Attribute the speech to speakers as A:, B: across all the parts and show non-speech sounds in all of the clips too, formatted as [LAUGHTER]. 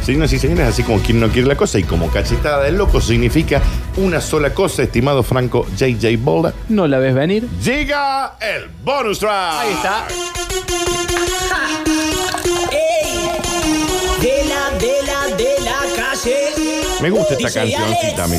A: Signos y señales, así como quien no quiere la cosa y como cachetada del loco significa una sola cosa, estimado Franco JJ Bola.
B: No la ves venir.
A: Llega el bonus track.
B: Ahí está.
C: De la, de la, de la calle.
A: Me gusta esta
C: Dice,
A: cancioncita a mí.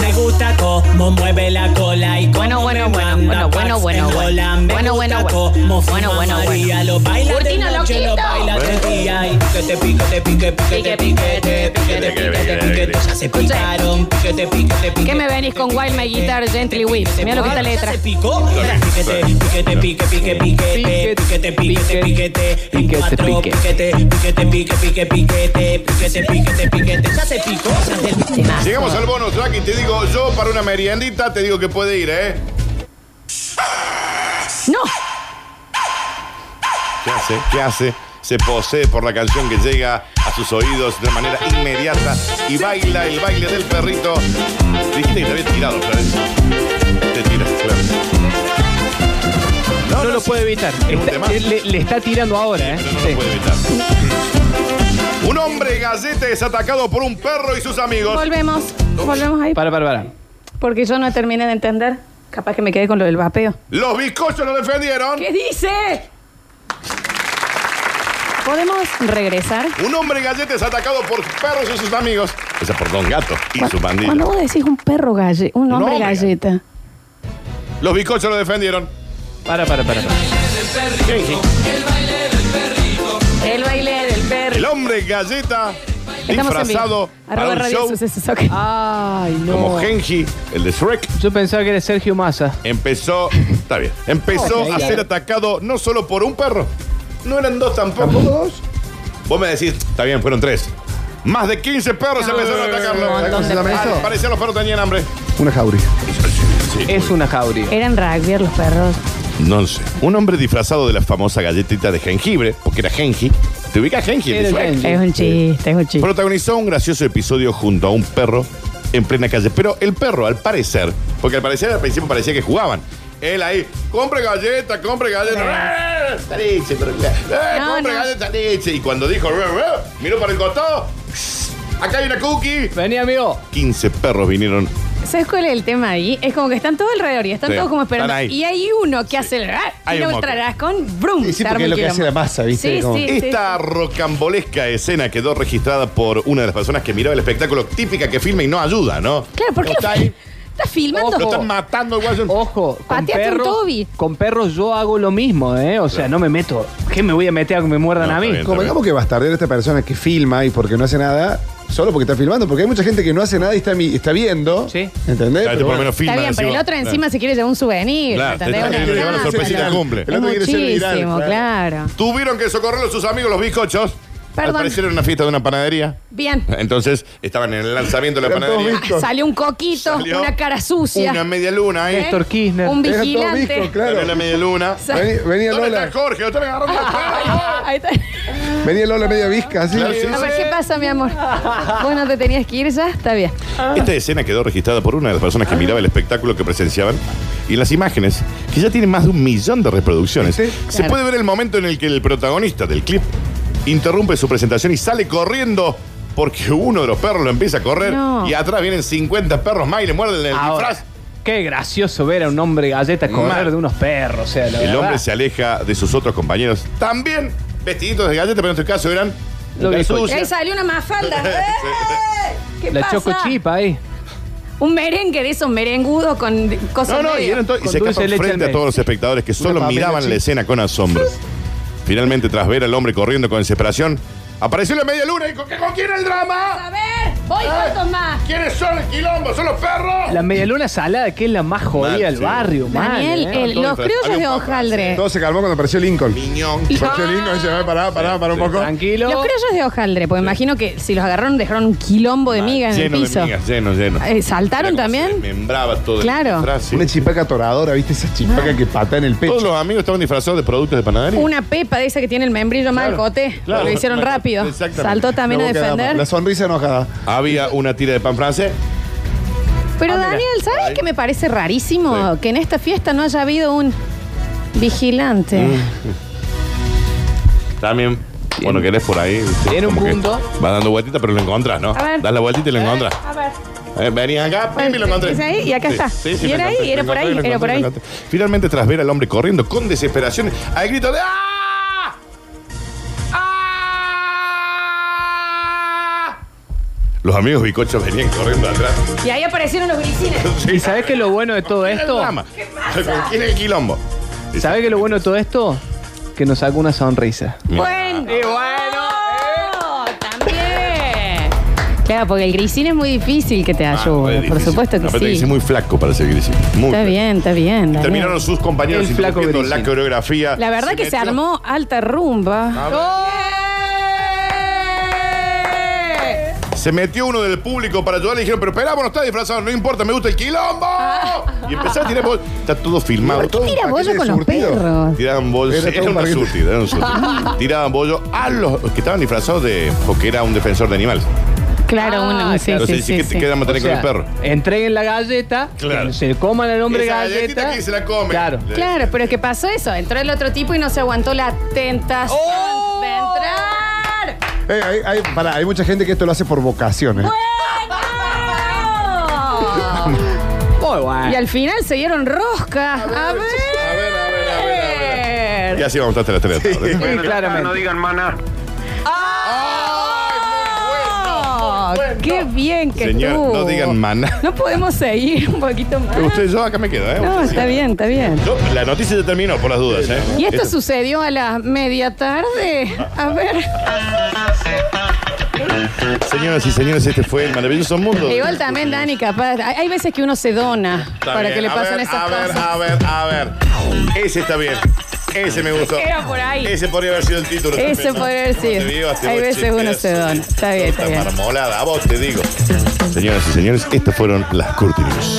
C: Me gusta cómo mueve la cola y cómo
D: Bueno, bueno,
C: me
D: bueno,
C: manda
D: bueno, bueno,
C: packs
D: bueno,
C: en
D: bueno.
C: Lola. Me
D: Bueno, bueno,
C: gusta
D: bueno.
C: cómo
D: Bueno,
C: fuma
D: bueno,
C: María,
D: bueno.
C: Lo baila
D: Cortina,
C: de noche,
D: loquito.
C: lo baila
A: Bueno.
C: de día y piquete, piquete, piquete, piquete,
D: Pique, piquete,
C: piquete, piquete,
A: piquete,
C: piquete,
A: piquete.
C: piquete, ya se
D: Escuché.
C: picaron, piquete, piquete, piquete,
D: ¿Qué me venís con Wild My Guitar, Gently Whip? Mira lo que está la
C: Ya
D: letra.
C: se picó. Piquete,
A: Sí.
C: piquete, piquete, piquete, piquete, piquete, piquete, piquete, en
B: Piquete,
C: cuatro,
B: piquete.
C: piquete, piquete, piquete, piquete, piquete, piquete, piquete, piquete, ya se picó. ya se picó.
A: Llegamos al bonus track y te digo, yo para una meriendita te digo que puede ir, ¿eh?
D: ¡No!
A: ¿Qué hace? ¿Qué hace? Se posee por la canción que llega a sus oídos de manera inmediata y baila el baile del perrito. Dijiste que te había tirado, Florencia. Te tiras, Florencia.
B: No, lo puede evitar.
A: Es un
B: Está-
A: tema.
B: le, le está tirando ahora, ¿eh?
A: Pero no
B: Sí.
A: lo puede evitar. [LAUGHS] Un hombre galleta es atacado por un perro y sus amigos.
D: Volvemos. Volvemos ahí.
B: Para, para, para.
D: Porque yo no terminé de entender. Capaz que me quedé con lo del vapeo.
A: Los bizcochos lo defendieron.
D: ¿Qué dice? ¿Podemos regresar?
A: Un hombre galleta es atacado por perros y sus amigos. Esa por Don Gato y su bandida.
D: Cuando vos decís un perro galle, un hombre
A: hombre
D: galleta.
A: Los bizcochos lo defendieron.
B: Para, para, para. para.
D: El baile del
A: El
D: perro.
A: hombre galleta disfrazado para
D: Arroba
A: un
D: radio
A: show
D: sucesos. ok.
B: Ay, no.
A: como Genji, el de Shrek.
B: Yo pensaba que era Sergio Massa.
A: Empezó, está bien, empezó
B: Ok,
A: a
B: bien.
A: ser atacado no solo por un perro, no eran dos tampoco, dos. Vos me decís, está bien, fueron tres. Más de 15 perros empezaron a
D: un
A: atacarlo.
D: montón de
A: Al
D: perros.
A: parecer los perros tenían hambre.
E: Una jauría.
B: Es una jauría.
D: Eran rugby los perros.
A: No sé. Un hombre disfrazado de la famosa galletita de jengibre, porque era Genji. ¿Te ubicas Genji? el de
B: Era
A: Shrek?
B: Genji. Sí.
D: Es un chiste, es un chiste.
A: Protagonizó un gracioso episodio junto a un perro en plena calle. Pero el perro, al parecer, porque al parecer al principio parecía que jugaban. Él ahí, compre galleta, compre galleta. ¡Eh! Leche, pero- ¡Eh,
D: No,
A: compre
D: no.
A: galleta, leche. Y cuando dijo, "Ruh, ruh", miró para el costado. Acá hay una cookie.
B: Vení, amigo.
A: 15 perros vinieron.
D: ¿Sabes cuál es el tema ahí? Es como que están todos alrededor y están
A: Sí,
D: todos como esperando.
A: están ahí.
D: Y hay uno que hace el. ah,
A: Hay
D: Y
A: un
D: lo
A: moco.
D: traerás con brum.
E: Y sí,
D: se
E: porque
D: arma
E: es
D: el
E: lo que hace
D: quilombo.
E: la masa, ¿viste?
D: Sí,
E: Como-
D: sí, sí,
A: Esta rocambolesca escena quedó registrada por una de las personas que miraba el espectáculo típica que filma y no ayuda, ¿no?
D: sí. Claro, ¿por qué?
A: Está ahí,
D: ¿Estás filmando?
A: lo
B: Ojo.
A: están matando el guayo.
B: Ojo, con
D: Pateate un
B: perros,
D: Toby.
B: con perros yo hago lo mismo, ¿eh? O sea, no me meto. ¿Qué me voy a meter a que me muerdan
A: No,
B: a mí?
A: está bien.
E: Convengamos que bastardear a esta persona que filma y porque no hace nada, solo porque está filmando, porque hay mucha gente que no hace nada y está, mi- está viendo.
B: Sí.
E: ¿Entendés?
A: Claro, este
E: Pero
A: por lo
E: bueno.
A: menos filma,
D: Está bien, pero el
A: decimos.
D: otro encima se quiere llevar un souvenir.
A: Claro,
D: ¿entendés?
A: te- te
D: Una
A: quiere llevar la
D: ganancia.
A: sorpresita
D: Claro.
A: cumple.
E: El otro quiere ser viral,
D: Muchísimo, claro.
A: Tuvieron que socorrer a sus amigos los bizcochos. Al
D: Perdón.
A: parecer era una fiesta de una panadería. [LAUGHS]
D: Bien.
A: Entonces estaban en el lanzamiento de la
E: Eran todos
A: panadería.
E: bizcos.
D: Salió un coquito,
A: Salió
D: una cara sucia.
A: Una media luna ahí.
D: ¿eh?
B: Néstor Kirchner.
D: Un
E: Era todo bizco,
D: vigilante.
E: claro.
A: Salió la media luna.
D: Sa-
E: Vení- Venía
A: ¿Dónde está
E: Lola,
A: Jorge? ¿Lo están agarrando?
D: [LAUGHS] Ahí está.
E: venía Lola media visca, así.
A: Claro, sí.
D: A ver, ¿qué pasa, mi amor? Vos no te tenías que ir ya, está bien.
A: Esta escena quedó registrada por una de las personas que miraba el espectáculo que presenciaban. Y en las imágenes, que ya tienen más de un millón de reproducciones,
E: Sí.
A: se
D: Claro.
A: puede ver el momento en el que el protagonista del clip interrumpe su presentación y sale corriendo porque uno de los perros lo empieza a correr
D: No.
A: y atrás vienen 50 perros más y le muerden el
B: Ahora,
A: disfraz.
B: qué gracioso ver a un hombre galleta correr
A: Mal.
B: de unos perros. O sea, la
A: El
B: verdad.
A: hombre se aleja de sus otros compañeros, también vestiditos de galleta, pero en este caso eran
B: Lo
A: la
B: bizcocho.
D: Y ahí
A: sucia.
D: salió
A: [LAUGHS]
D: una mafalda. ¡Eh! ¿Qué
B: La
D: pasa?
B: choco chipa ahí.
D: Un merengue de esos merengudos con de- cosas
A: No, no, y,
D: medio.
A: eran to- y
B: Con
A: se
B: dulce
A: escapan
B: leche al
A: frente a
B: medio.
A: todos los espectadores que solo
E: papelera
A: miraban la
E: chica.
A: escena con asombro. Finalmente, tras ver al hombre corriendo con desesperación, apareció la media luna y dijo, "¿Qué- ¿con quién el drama? Ah,
D: A ver, voy cuántos más.
A: ¿Quiénes son el quilombo? ¿Son los perros?
B: La medialuna salada, que es la más jodida
A: Mal,
B: del
A: sí.
B: barrio, mal,
D: Daniel,
B: ¿eh?
D: el- los
A: Había un
D: criollos de
A: papá,
D: hojaldre.
E: Todo se calmó cuando apareció Lincoln.
A: Miñón.
E: Apareció Lincoln y se va, pará, pará, pará un
A: Sí,
E: poco.
B: Tranquilo.
D: Los criollos de hojaldre, pues imagino que si los agarraron dejaron un quilombo de miga en el
A: lleno
D: piso.
A: de migas, lleno, lleno.
D: Eh, ¿saltaron
A: Mira cómo
D: también?
A: se desmembraba todo. el
D: Claro.
A: disfraz, sí.
E: Una chipaca atoradora, ¿viste? Esa
D: Ah.
E: chipaca que pata en el
A: Todos
E: pecho.
A: los amigos estaban disfrazados de productos de panadería.
D: Una pepa de esa que tiene el membrillo más al
A: Claro,
D: cote.
A: claro.
D: Lo hicieron rápido.
A: Exactamente.
D: Saltó también
E: La
D: a
E: boca dama,
D: defender.
E: La sonrisa enojada.
A: Había una tira de pan francés.
D: Pero Daniel, ¿sabes qué me parece rarísimo?
A: Ah, Sí.
D: Que en esta fiesta no
A: Mm,
D: haya habido un vigilante.
A: También. Bueno, querés por ahí. ¿viste?
B: Tiene un
A: Como que
B: punto.
A: Va dando vueltitas, pero lo encontrás, ¿no?
D: A ver.
A: Das la vueltita y lo encontrás.
D: A ver.
A: Eh, venía acá, pim, y lo encontré.
D: Es ahí, y acá
A: Sí,
D: está.
A: sí, sí,
D: Y
A: lo
D: era ahí,
A: encontré,
D: era
A: lo
D: por ahí,
A: encontré, lo
D: era por
A: encontré, lo
D: ahí.
A: encontré. Finalmente, tras ver al hombre corriendo con desesperación, al grito de ¡Ah! ¡Ah! Los amigos bicochos venían corriendo atrás.
D: Y ahí aparecieron los grisines.
A: Sí.
B: ¿Y sabés qué es lo bueno de todo
A: ¿Quién era el
B: esto?
A: drama? ¿Con quién es el quilombo?
B: ¿Sabés qué es lo bueno de todo esto? Que nos saca una sonrisa.
A: Mira.
D: Bueno.
B: Y bueno,
D: Oh, También. Claro, porque el grisín es muy difícil que te
A: Ah, re
D: ayude. por
A: difícil.
D: supuesto que
A: Aparte
D: sí.
A: es muy flaco para ser grisín. Muy
D: Está
A: flaco.
D: bien, está bien. Daniel.
A: Terminaron sus compañeros
B: El flaco
A: interrumpiendo la
B: Grisín.
A: coreografía.
D: La verdad que se
A: metió-
D: armó alta rumba. ¡Eh!
A: Se metió uno del público para ayudar y dijeron, pero esperá, vos no está disfrazado, no importa, me gusta el quilombo.
D: Ah.
A: Y empezó a tirar bolsas. Está todo filmado.
E: Todo un
D: Tira
E: paquete
D: bollo
E: de
D: con los
E: surtido.
D: perros.
A: Tiraban bolsas.
E: Era todo
A: Era
E: un
A: una
E: paquete.
A: surtida, era un
D: [LAUGHS]
A: surtido. Tiraban bollo a los que estaban disfrazados de. porque era un defensor de animales.
D: Claro,
B: Ah,
D: uno. Sí,
B: claro.
A: Entonces, sí,
D: sí, sí,
A: que
D: sí.
A: te quedan mantener
B: o sea,
A: con el perro.
B: Entreguen la galleta,
A: Claro.
B: que se coman al hombre
A: Esa
B: galleta.
A: galletita que se la come.
B: Claro.
D: Claro, pero ¿qué pasó eso? Entró el otro tipo y no se aguantó la tentación de entrar.
E: Eh, hay, hay- pará, hay mucha gente que esto lo hace por vocación. ¿eh?
D: ¡Bueno!
B: Muy bueno.
D: Y al final se dieron rosca. A ver.
A: a ver, a ver, a ver, a ver. Y así vamos a estar hasta las 3 de la tarde.
B: Sí, claramente.
D: Oh, ¡Ah! ¡Qué bien
A: [LAUGHS]
D: que
A: Señor,
D: estuvo.
A: no digan
D: [LAUGHS]
A: mana.
D: No podemos seguir un poquito más.
A: Usted, yo acá me quedo, ¿eh?
D: No,
A: Usted
D: está
A: siga.
D: bien, está bien.
A: Yo, la noticia ya terminó, por las dudas, ¿eh?
D: Y esto
A: Esto-
D: sucedió a la media tarde. A ver.
A: Señoras y señores, este fue el maravilloso mundo.
D: E Igual también, Dani, capaz. Hay hay veces que uno se dona
A: Está
D: para
A: bien.
D: que le
A: A
D: pasen
A: ver,
D: esas
A: A ver,
D: cosas.
A: a ver, a ver. Ese está bien. Ese me gustó.
D: Era por ahí.
A: Ese podría haber sido el título.
D: Ese
A: también.
D: podría haber
A: ¿Cómo te
D: sido.
A: digo? Hace
D: Hay
A: vos
D: veces
A: chistes
D: uno se
A: así.
D: dona. Está bien, está
A: Torta
D: bien.
A: marmolada, a vos te digo. Señoras y señores, estas fueron las Curti News.